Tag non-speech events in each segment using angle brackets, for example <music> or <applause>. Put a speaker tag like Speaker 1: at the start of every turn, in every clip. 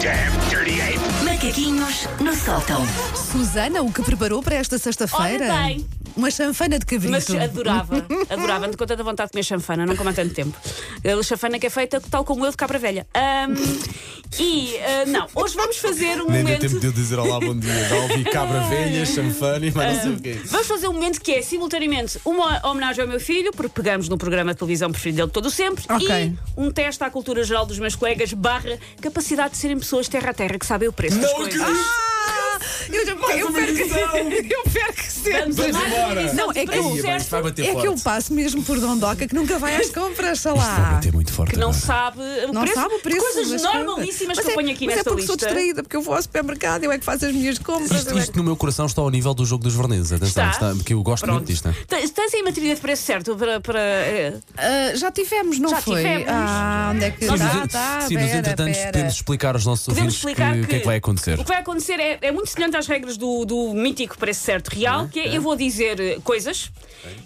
Speaker 1: damn dirty ape!
Speaker 2: Macaquinhos no sótão.
Speaker 3: Susana, o que preparou para esta sexta-feira?
Speaker 4: Olha bem.
Speaker 3: Uma chanfana de cabrito.
Speaker 4: Mas adorava, adorava, ando com tanta vontade de comer chanfana, não como há tanto tempo. A chanfana que é feita tal como eu de cabra velha. Ahm, e ah, não, hoje vamos fazer um
Speaker 5: Nem deu
Speaker 4: momento.
Speaker 5: tempo de eu dizer olá, bom dia. Já ouvi cabra velha, chanfana e mais não sei o quê.
Speaker 4: Vamos fazer um momento que é simultaneamente uma homenagem ao meu filho, porque pegamos no programa de televisão preferido dele de todo o sempre,
Speaker 3: Ok.
Speaker 4: e um teste à cultura geral dos meus colegas, barra capacidade de serem pessoas terra a terra que sabem o preço. das
Speaker 5: Não
Speaker 4: coisas.
Speaker 5: acredito!
Speaker 3: Ah, eu, já- eu
Speaker 5: uma
Speaker 3: perco,
Speaker 5: edição.
Speaker 3: eu perco sempre.
Speaker 4: Vamos a mais uma
Speaker 5: embora.
Speaker 4: edição
Speaker 3: Não,
Speaker 4: de
Speaker 3: é que
Speaker 4: Preço
Speaker 3: eu-
Speaker 5: Ia bem,
Speaker 4: Certo.
Speaker 5: isto vai bater
Speaker 3: É que eu
Speaker 5: forte.
Speaker 3: passo mesmo por Dondoca, que nunca vai às compras, sei
Speaker 5: Vai
Speaker 3: lá.
Speaker 5: bater muito forte.
Speaker 4: que não
Speaker 5: agora.
Speaker 4: sabe o
Speaker 3: Não
Speaker 4: preço.
Speaker 3: sabe o
Speaker 4: de
Speaker 3: preço.
Speaker 4: Coisas
Speaker 3: das
Speaker 4: normalíssimas
Speaker 3: coisas.
Speaker 4: que eu ponho aqui
Speaker 3: mas é,
Speaker 4: nesta
Speaker 3: Mas é porque
Speaker 4: lista.
Speaker 3: sou distraída, porque eu vou ao supermercado, eu é que faço as minhas compras.
Speaker 6: Isto,
Speaker 3: eu é
Speaker 6: isto no meu coração está ao nível do jogo dos Vernizes, atenção,
Speaker 4: Está?
Speaker 6: está, porque eu gosto
Speaker 4: Pronto.
Speaker 6: muito disto. né?
Speaker 4: Tens tens aí matilha de preço certo para. para eh,
Speaker 3: Ah, já tivemos, não
Speaker 4: Já
Speaker 3: foi?
Speaker 4: tivemos.
Speaker 3: Ah, onde é que
Speaker 6: Sim,
Speaker 3: está?
Speaker 6: nos,
Speaker 3: Tá,
Speaker 6: sim, nos
Speaker 3: pera,
Speaker 6: entretantos
Speaker 3: pera.
Speaker 6: podemos explicar aos nossos
Speaker 4: podemos
Speaker 6: ouvintes
Speaker 4: explicar
Speaker 6: que-
Speaker 4: que,
Speaker 6: o que é que vai acontecer.
Speaker 4: O que vai acontecer é, é muito semelhante às regras do, do mítico preço certo real, que é eu vou dizer eh, coisas,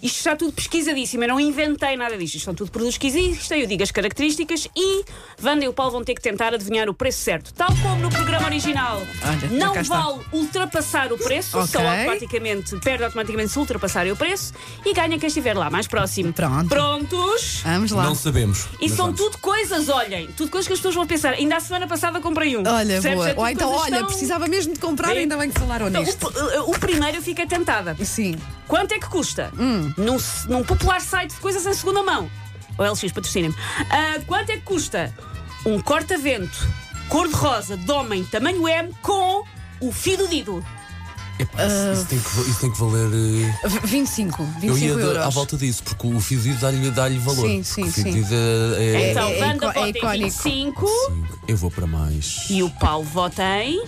Speaker 4: isto está tudo pesquisadíssimo, eu não inventei nada disto, isto são tudo produtos que existem, eu digo as características e Wanda e o Paulo vão ter que tentar adivinhar o preço certo. Tal como no programa original
Speaker 3: Olha,
Speaker 4: não
Speaker 3: cá está.
Speaker 4: vale ultrapassar o preço,
Speaker 3: Ok.
Speaker 4: só automaticamente, perde automaticamente se ultrapassarem o preço e ganha quem estiver lá mais próximo.
Speaker 3: Pronto.
Speaker 4: Prontos?
Speaker 3: Vamos lá.
Speaker 6: Não sabemos.
Speaker 4: E
Speaker 6: mas
Speaker 4: são
Speaker 6: vamos.
Speaker 4: tudo coisas, olhem, tudo coisas que as pessoas vão pensar. Ainda a semana passada comprei um.
Speaker 3: Olha,
Speaker 4: Percebes?
Speaker 3: boa.
Speaker 4: É tudo
Speaker 3: Ou então,
Speaker 4: coisas
Speaker 3: olha,
Speaker 4: tão-
Speaker 3: precisava mesmo de comprar,
Speaker 4: Bem-
Speaker 3: ainda bem que falaram
Speaker 4: Não,
Speaker 3: nisto.
Speaker 4: o, o primeiro eu fiquei tentada.
Speaker 3: Sim.
Speaker 4: Quanto é que custa?
Speaker 3: Hum.
Speaker 4: Num, num popular site de coisas em segunda mão. O LX, patrocina-me. Ah, quanto é que custa um corta-vento cor-de-rosa de homem tamanho M com o fio do Dido?
Speaker 6: Epá, isso,
Speaker 4: ah,
Speaker 6: isso tem que, isso tem que valer. eh,
Speaker 3: V- 25, 25
Speaker 6: Eu ia
Speaker 3: euros.
Speaker 6: dar- à volta disso, porque o fedido dá-lhe dá valor.
Speaker 3: Sim, sim,
Speaker 6: Porque o
Speaker 3: sim.
Speaker 6: fedido é- é-
Speaker 4: então,
Speaker 3: é
Speaker 4: Wanda
Speaker 3: icó- é
Speaker 4: vota em
Speaker 3: icónico.
Speaker 4: 25
Speaker 6: Sim, Eu vou para mais.
Speaker 4: e o Paulo vota em.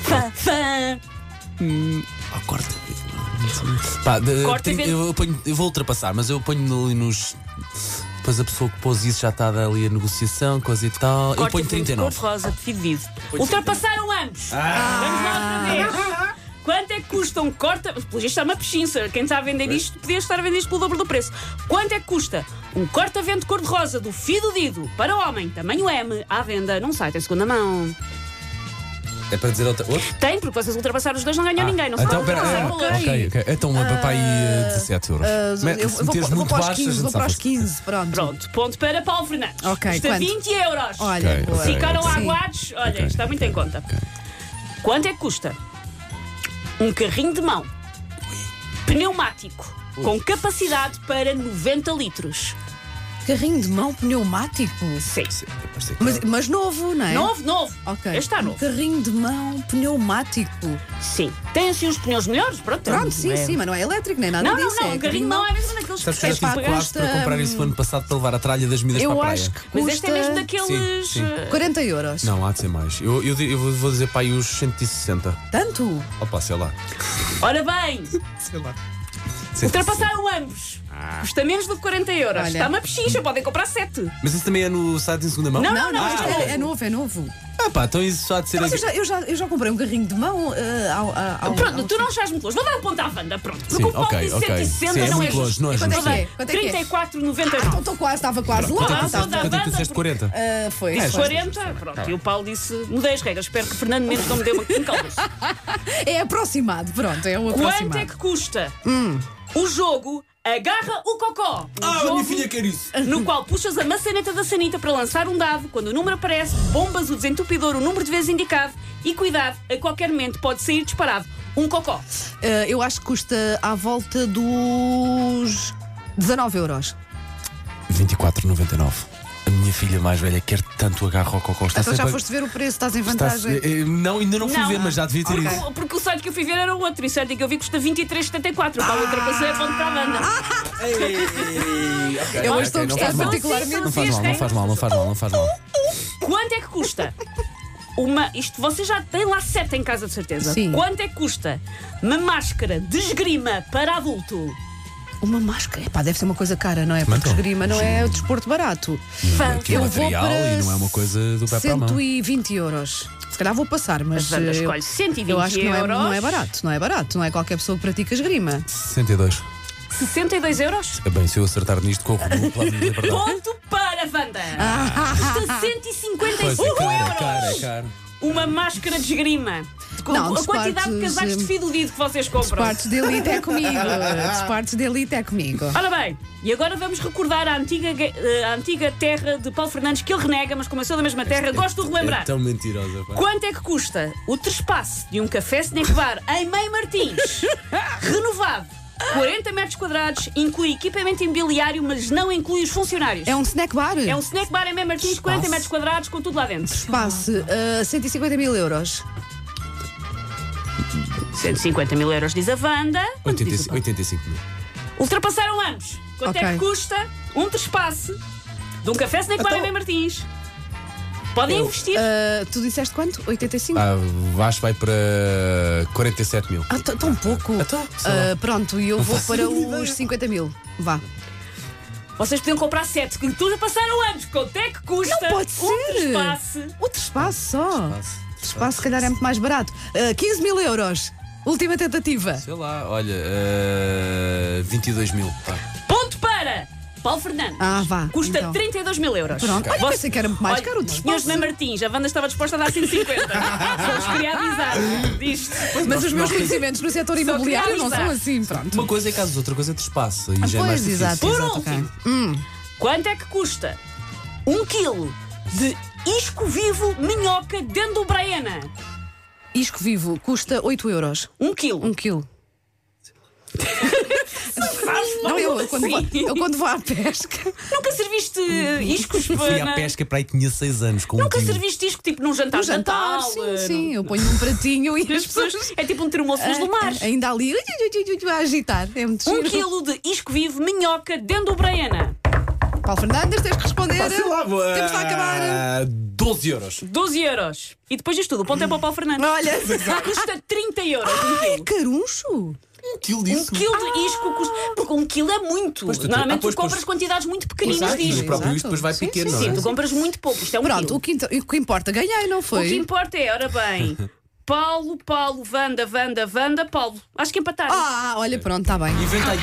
Speaker 4: Fã, fã.
Speaker 6: Ah, corta. Pá, de-
Speaker 4: Corta e
Speaker 6: tenho-
Speaker 4: vê-
Speaker 6: eu, eu ponho- eu vou ultrapassar, mas eu ponho ali nos. Depois a pessoa que pôs isso já está a dar ali a negociação, coisa e tal. eu
Speaker 4: Corta
Speaker 6: ponho
Speaker 4: tudo de
Speaker 6: 39.
Speaker 4: Cor-de-rosa, dividido. Ultrapassaram ambos.
Speaker 6: Ah.
Speaker 4: Vamos lá outra vez.
Speaker 3: <laughs>
Speaker 4: Quanto é que custa um corta... Pelo visto está uma pechinça. Quem está a vender isto, podia estar a vender isto pelo dobro do preço. Quanto é que custa um corta-vento cor-de-rosa do Fido Dido para homem, tamanho M, à venda num site em segunda mão?
Speaker 6: É para dizer outra. outro?
Speaker 4: Tem, porque vocês ultrapassaram os dois, não ganham ninguém. Não se
Speaker 6: Então,
Speaker 4: vale,
Speaker 6: pera,
Speaker 4: não
Speaker 6: ah,
Speaker 4: sei o valor.
Speaker 6: ok, ok. Então, é para aí eh, 17 euros.
Speaker 3: Ah,
Speaker 6: Mas
Speaker 3: eu
Speaker 6: se
Speaker 3: vou,
Speaker 6: meteres
Speaker 3: vou
Speaker 6: muito
Speaker 3: para os
Speaker 6: baixo, a
Speaker 3: 15,
Speaker 6: gente
Speaker 3: vou para os
Speaker 6: safa-se.
Speaker 3: 15, pronto.
Speaker 4: Pronto, ponto para Paulo Fernandes.
Speaker 3: Ok,
Speaker 4: Custa
Speaker 3: quanto?
Speaker 4: 20 euros.
Speaker 3: Olha,
Speaker 6: Ok,
Speaker 3: boa.
Speaker 6: ok.
Speaker 4: Ficaram
Speaker 3: Sim.
Speaker 4: aguados? um Olha,
Speaker 6: Ok,
Speaker 4: está muito em conta.
Speaker 6: ok.
Speaker 4: Quanto é que custa? Um carrinho de mão pneumático com capacidade para 90 litros.
Speaker 3: Carrinho de mão pneumático.
Speaker 4: Sim.
Speaker 3: Mas, mas novo, não é?
Speaker 4: Novo, novo.
Speaker 3: Ok.
Speaker 4: Este Está
Speaker 3: Um
Speaker 4: novo.
Speaker 3: carrinho de mão pneumático.
Speaker 4: Sim. Tem assim uns pneus melhores? Pronto,
Speaker 3: Pronto, sim,
Speaker 4: é-
Speaker 3: sim, mas não é elétrico nem nada
Speaker 4: Não,
Speaker 3: disso.
Speaker 4: não, não.
Speaker 3: é
Speaker 4: Um carrinho de mão é mesmo daqueles
Speaker 6: Sabes que eu
Speaker 4: tens
Speaker 6: já
Speaker 4: para
Speaker 6: tive
Speaker 4: pagar.
Speaker 6: quase para comprar isso no ano passado para levar atrás das milhas para a
Speaker 3: Eu
Speaker 6: praia.
Speaker 3: acho que custa
Speaker 4: Mas este é mesmo daqueles.
Speaker 6: Sim, sim.
Speaker 4: eh,
Speaker 3: 40 euros.
Speaker 6: Não, há de ser mais. Eu, eu, di- eu vou- vou dizer para aí os 160.
Speaker 3: Tanto?
Speaker 6: Opa, sei lá.
Speaker 3: <laughs>
Speaker 4: Ora bem,
Speaker 6: Sei lá.
Speaker 4: ultrapassaram ambos. Custa menos do que 40 euros.
Speaker 3: Ah. Olha.
Speaker 4: Está uma pechincha, podem comprar 7.
Speaker 6: Mas isso também é no site em segunda mão?
Speaker 4: Não,
Speaker 3: Não, não, isto
Speaker 4: Ah,
Speaker 3: é, é novo, é novo.
Speaker 6: Ah pá, então isso há de ser.
Speaker 3: Mas eu já, eu, já, eu já comprei um carrinho de mão eh, ao, ao, ao-
Speaker 4: Pronto,
Speaker 3: ao-
Speaker 4: tu não estás muito longe. um Não vai apontar a banda, pronto. Porque
Speaker 6: Sim,
Speaker 4: o Paulo
Speaker 6: ok,
Speaker 4: disse
Speaker 6: ok.
Speaker 4: 160
Speaker 6: Sim, é
Speaker 4: não
Speaker 6: muito
Speaker 4: justo.
Speaker 6: longe, Ah, não
Speaker 3: Quanto é
Speaker 6: é justo.
Speaker 3: que é? Quanto é que é?
Speaker 4: 34,99.
Speaker 3: Então estou quase, estava quase lá.
Speaker 4: Quanto é que
Speaker 3: Estava-
Speaker 4: disseste?
Speaker 6: Quanto é que tu disseste 40?
Speaker 3: Ah, foi.
Speaker 6: É,
Speaker 3: foi.
Speaker 4: 40, pronto. E o Paulo disse: mudei as regras. Espero que Fernando Mendes não me dê uma
Speaker 6: <laughs>
Speaker 4: calma.
Speaker 3: É aproximado, pronto, é o
Speaker 4: Quanto
Speaker 3: aproximado.
Speaker 4: é que custa o jogo Agarra o Cocó? Um
Speaker 6: Hum. Ah, a
Speaker 4: jogo
Speaker 6: minha filha quer isso!
Speaker 4: No qual puxas a maçaneta da sanita para lançar um dado. Quando o número aparece, bombas o desentupidor o número de vezes indicado. E cuidado, a qualquer momento pode sair disparado um cocó.
Speaker 3: Ah, eu acho que custa à volta dos 19 euros.
Speaker 6: 24,99. A minha filha mais velha quer tanto agarro ao cocó. Está
Speaker 3: Então já
Speaker 6: Tá sempre a-
Speaker 3: foste ver o preço, estás em
Speaker 6: está-
Speaker 3: vantagem.
Speaker 6: eh, Não, ainda não fui ver, mas já devia ter
Speaker 4: porque,
Speaker 6: isso.
Speaker 4: Porque o site que eu fui ver era um outro. E o site que eu vi custa 23,74. O Paulo ultrapassou
Speaker 3: Ah!
Speaker 4: a ponte para a banda.
Speaker 3: Eu
Speaker 4: Ok,
Speaker 3: hoje estou a
Speaker 4: não
Speaker 3: gostar
Speaker 4: faz mal.
Speaker 3: particularmente.
Speaker 6: Não faz mal, não faz mal, não faz mal, não faz mal.
Speaker 4: Quanto é que custa? Uma, isto você já tem lá sete em casa de certeza.
Speaker 3: Sim.
Speaker 4: Quanto é que custa uma máscara de esgrima para adulto?
Speaker 3: Uma máscara, pá, deve ser uma coisa cara, não é? Porque
Speaker 6: é- Mas então, não.
Speaker 3: esgrima não é o desporto barato.
Speaker 4: Fã.
Speaker 6: Aqui o
Speaker 3: Eu vou
Speaker 6: é material
Speaker 3: para
Speaker 6: e não é uma coisa do pé para a mão.
Speaker 3: 120 euros. Se calhar vou passar, mas.
Speaker 4: Mas anda,
Speaker 3: eh, eu-
Speaker 4: escolhe 120
Speaker 3: eu acho que não é,
Speaker 4: euros.
Speaker 3: não é barato, não é barato. Não é qualquer pessoa que pratica esgrima.
Speaker 6: 62.
Speaker 4: 62 euros?
Speaker 6: É Bem, se eu acertar nisto, corro dupla a <laughs> minha liberdade.
Speaker 4: Ponto para a Wanda!
Speaker 6: Ah.
Speaker 3: Ah!
Speaker 4: Custa 155
Speaker 6: é cara,
Speaker 4: euros!
Speaker 6: cara, é cara.
Speaker 4: Uma máscara de esgrima. Com
Speaker 3: Não, eh,
Speaker 4: a
Speaker 3: dos
Speaker 4: quantidade de
Speaker 3: partes,
Speaker 4: casacos de fio de ouvido que vocês
Speaker 3: <laughs>
Speaker 4: compram.
Speaker 3: Partes de elite é
Speaker 4: <laughs>
Speaker 3: comigo. As partes de elite é comigo.
Speaker 4: Ora bem, e agora vamos recordar a antiga, ga- eh, a antiga terra de Paulo Fernandes, que ele renega, mas como eu sou da mesma terra, gosto de relembrar.
Speaker 6: É
Speaker 3: Então-
Speaker 6: tão mentirosa, pá.
Speaker 4: Quanto é que custa o trespasse de um café snack bar em
Speaker 3: <laughs>
Speaker 4: Meio Martins? Renovado. 40 metros quadrados, inclui equipamento imobiliário, mas não inclui os funcionários.
Speaker 3: É um snack bar?
Speaker 4: É um snack bar em Meio Martins, 40 metros quadrados, com tudo lá dentro.
Speaker 3: Espaço, ah, 150 mil euros.
Speaker 4: 150 mil euros, diz a Wanda.
Speaker 6: 85, 85 mil.
Speaker 4: Ultrapassaram ambos. Quanto é
Speaker 3: Ok.
Speaker 4: que custa um trespasse de um café snack bar
Speaker 3: Então-
Speaker 4: em Meio Martins? Podem investir.
Speaker 3: Ah, tu disseste quanto? 85?
Speaker 6: Ah, acho que vai para 47 mil.
Speaker 3: Ah, t- tão pouco.
Speaker 6: Então, sei lá.
Speaker 3: Ah, pronto, e eu vou para os 50 mil. Vá.
Speaker 4: Vocês podiam comprar sete. que Ultrapassaram ambos. Quanto é que custa
Speaker 3: Não pode
Speaker 4: um
Speaker 3: ser.
Speaker 4: trespasse?
Speaker 3: Outro espaço só.
Speaker 6: Espaço,
Speaker 3: Outro espaço, se calhar, é muito mais barato. Ah, 15 mil euros. Última tentativa.
Speaker 6: Sei lá, olha, eh, 22 mil. pá.
Speaker 4: Ponto para Paulo Fernandes.
Speaker 3: Ah, vá,
Speaker 4: Custa
Speaker 3: então.
Speaker 4: 32 mil euros.
Speaker 3: Pronto. Olha,
Speaker 4: Você-
Speaker 3: pensei que era mais
Speaker 4: Olha,
Speaker 3: caro o
Speaker 4: Senhores
Speaker 3: despacho.
Speaker 4: da Martins, a Wanda estava disposta a
Speaker 3: <laughs>
Speaker 4: dar 150. Só vos queria avisar disto.
Speaker 3: Mas os meus
Speaker 6: nós-
Speaker 3: conhecimentos no setor imobiliário não são
Speaker 4: realizar.
Speaker 3: assim, pronto.
Speaker 6: Uma coisa é casos, outra coisa é trespasso. E já
Speaker 3: Ah,
Speaker 6: é mais
Speaker 3: Pois,
Speaker 6: difícil.
Speaker 3: exato,
Speaker 4: Por
Speaker 3: exato,
Speaker 4: último.
Speaker 3: ok. Hum.
Speaker 4: Quanto é que custa um quilo de isco vivo minhoca dentro do Braiana?
Speaker 3: Isco vivo custa 8 euros.
Speaker 4: Um quilo.
Speaker 3: 1 quilo. Não, eu, eu quando, vou,
Speaker 4: Sim.
Speaker 3: eu quando vou à pesca.
Speaker 4: Nunca
Speaker 3: <laughs>
Speaker 4: serviste eh, iscos
Speaker 6: Fui
Speaker 3: é?
Speaker 4: na-
Speaker 6: à pesca para aí tinha 6 anos com
Speaker 4: Nunca
Speaker 6: um tio.
Speaker 4: serviste isco tipo num jantar
Speaker 3: No
Speaker 4: de
Speaker 3: Um jantar,
Speaker 4: Natal,
Speaker 3: sim,
Speaker 4: eh,
Speaker 3: sim. Eu ponho num pratinho e
Speaker 4: num- As pessoas. É tipo um termoço do mar.
Speaker 3: Ah, Ainda ali ui, ui, ui, ui, a agitar. É muito
Speaker 4: Um
Speaker 3: giro.
Speaker 4: quilo de isco vivo minhoca dentro do Braiana.
Speaker 3: Paulo Fernandes, tens que responder.
Speaker 6: Tá,
Speaker 5: Sei lá, vou,
Speaker 3: Temos de
Speaker 5: ah,
Speaker 3: acabar.
Speaker 6: 12 euros.
Speaker 4: 12 euros. E depois disto tudo, o ponto é para o Paulo Fernandes.
Speaker 3: Olha. <laughs>
Speaker 4: Custa 30 euros um
Speaker 3: Ai,
Speaker 4: quilo.
Speaker 3: É caruncho.
Speaker 6: Um quilo
Speaker 4: Um
Speaker 6: disso.
Speaker 4: quilo de isco custa. Porque um quilo é muito.
Speaker 6: tu-
Speaker 4: Normalmente
Speaker 6: ah, pois,
Speaker 4: tu compras
Speaker 6: pois.
Speaker 4: quantidades muito pequeninas
Speaker 3: Exato.
Speaker 4: de
Speaker 6: E
Speaker 4: isco.
Speaker 6: o próprio
Speaker 3: Exato.
Speaker 6: isto depois vai
Speaker 3: Sim,
Speaker 6: pequeno,
Speaker 3: sim,
Speaker 6: não
Speaker 4: Sim,
Speaker 6: é?
Speaker 4: tu compras muito pouco. Isto é um
Speaker 3: Pronto,
Speaker 4: quilo.
Speaker 3: o que, inter- o que importa, ganhei, não
Speaker 4: O que
Speaker 3: foi?
Speaker 4: importa é, ora
Speaker 3: <laughs>
Speaker 4: bem, Paulo, Paulo, Wanda, Wanda, Wanda, Paulo. Acho que empataram.
Speaker 3: Ah, olha, pronto, está bem.
Speaker 6: Inventa aí.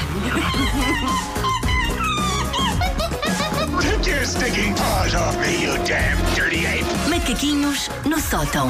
Speaker 1: Take your stinking paws off me, you damn dirty ape!
Speaker 2: Macaquinhos no sótão.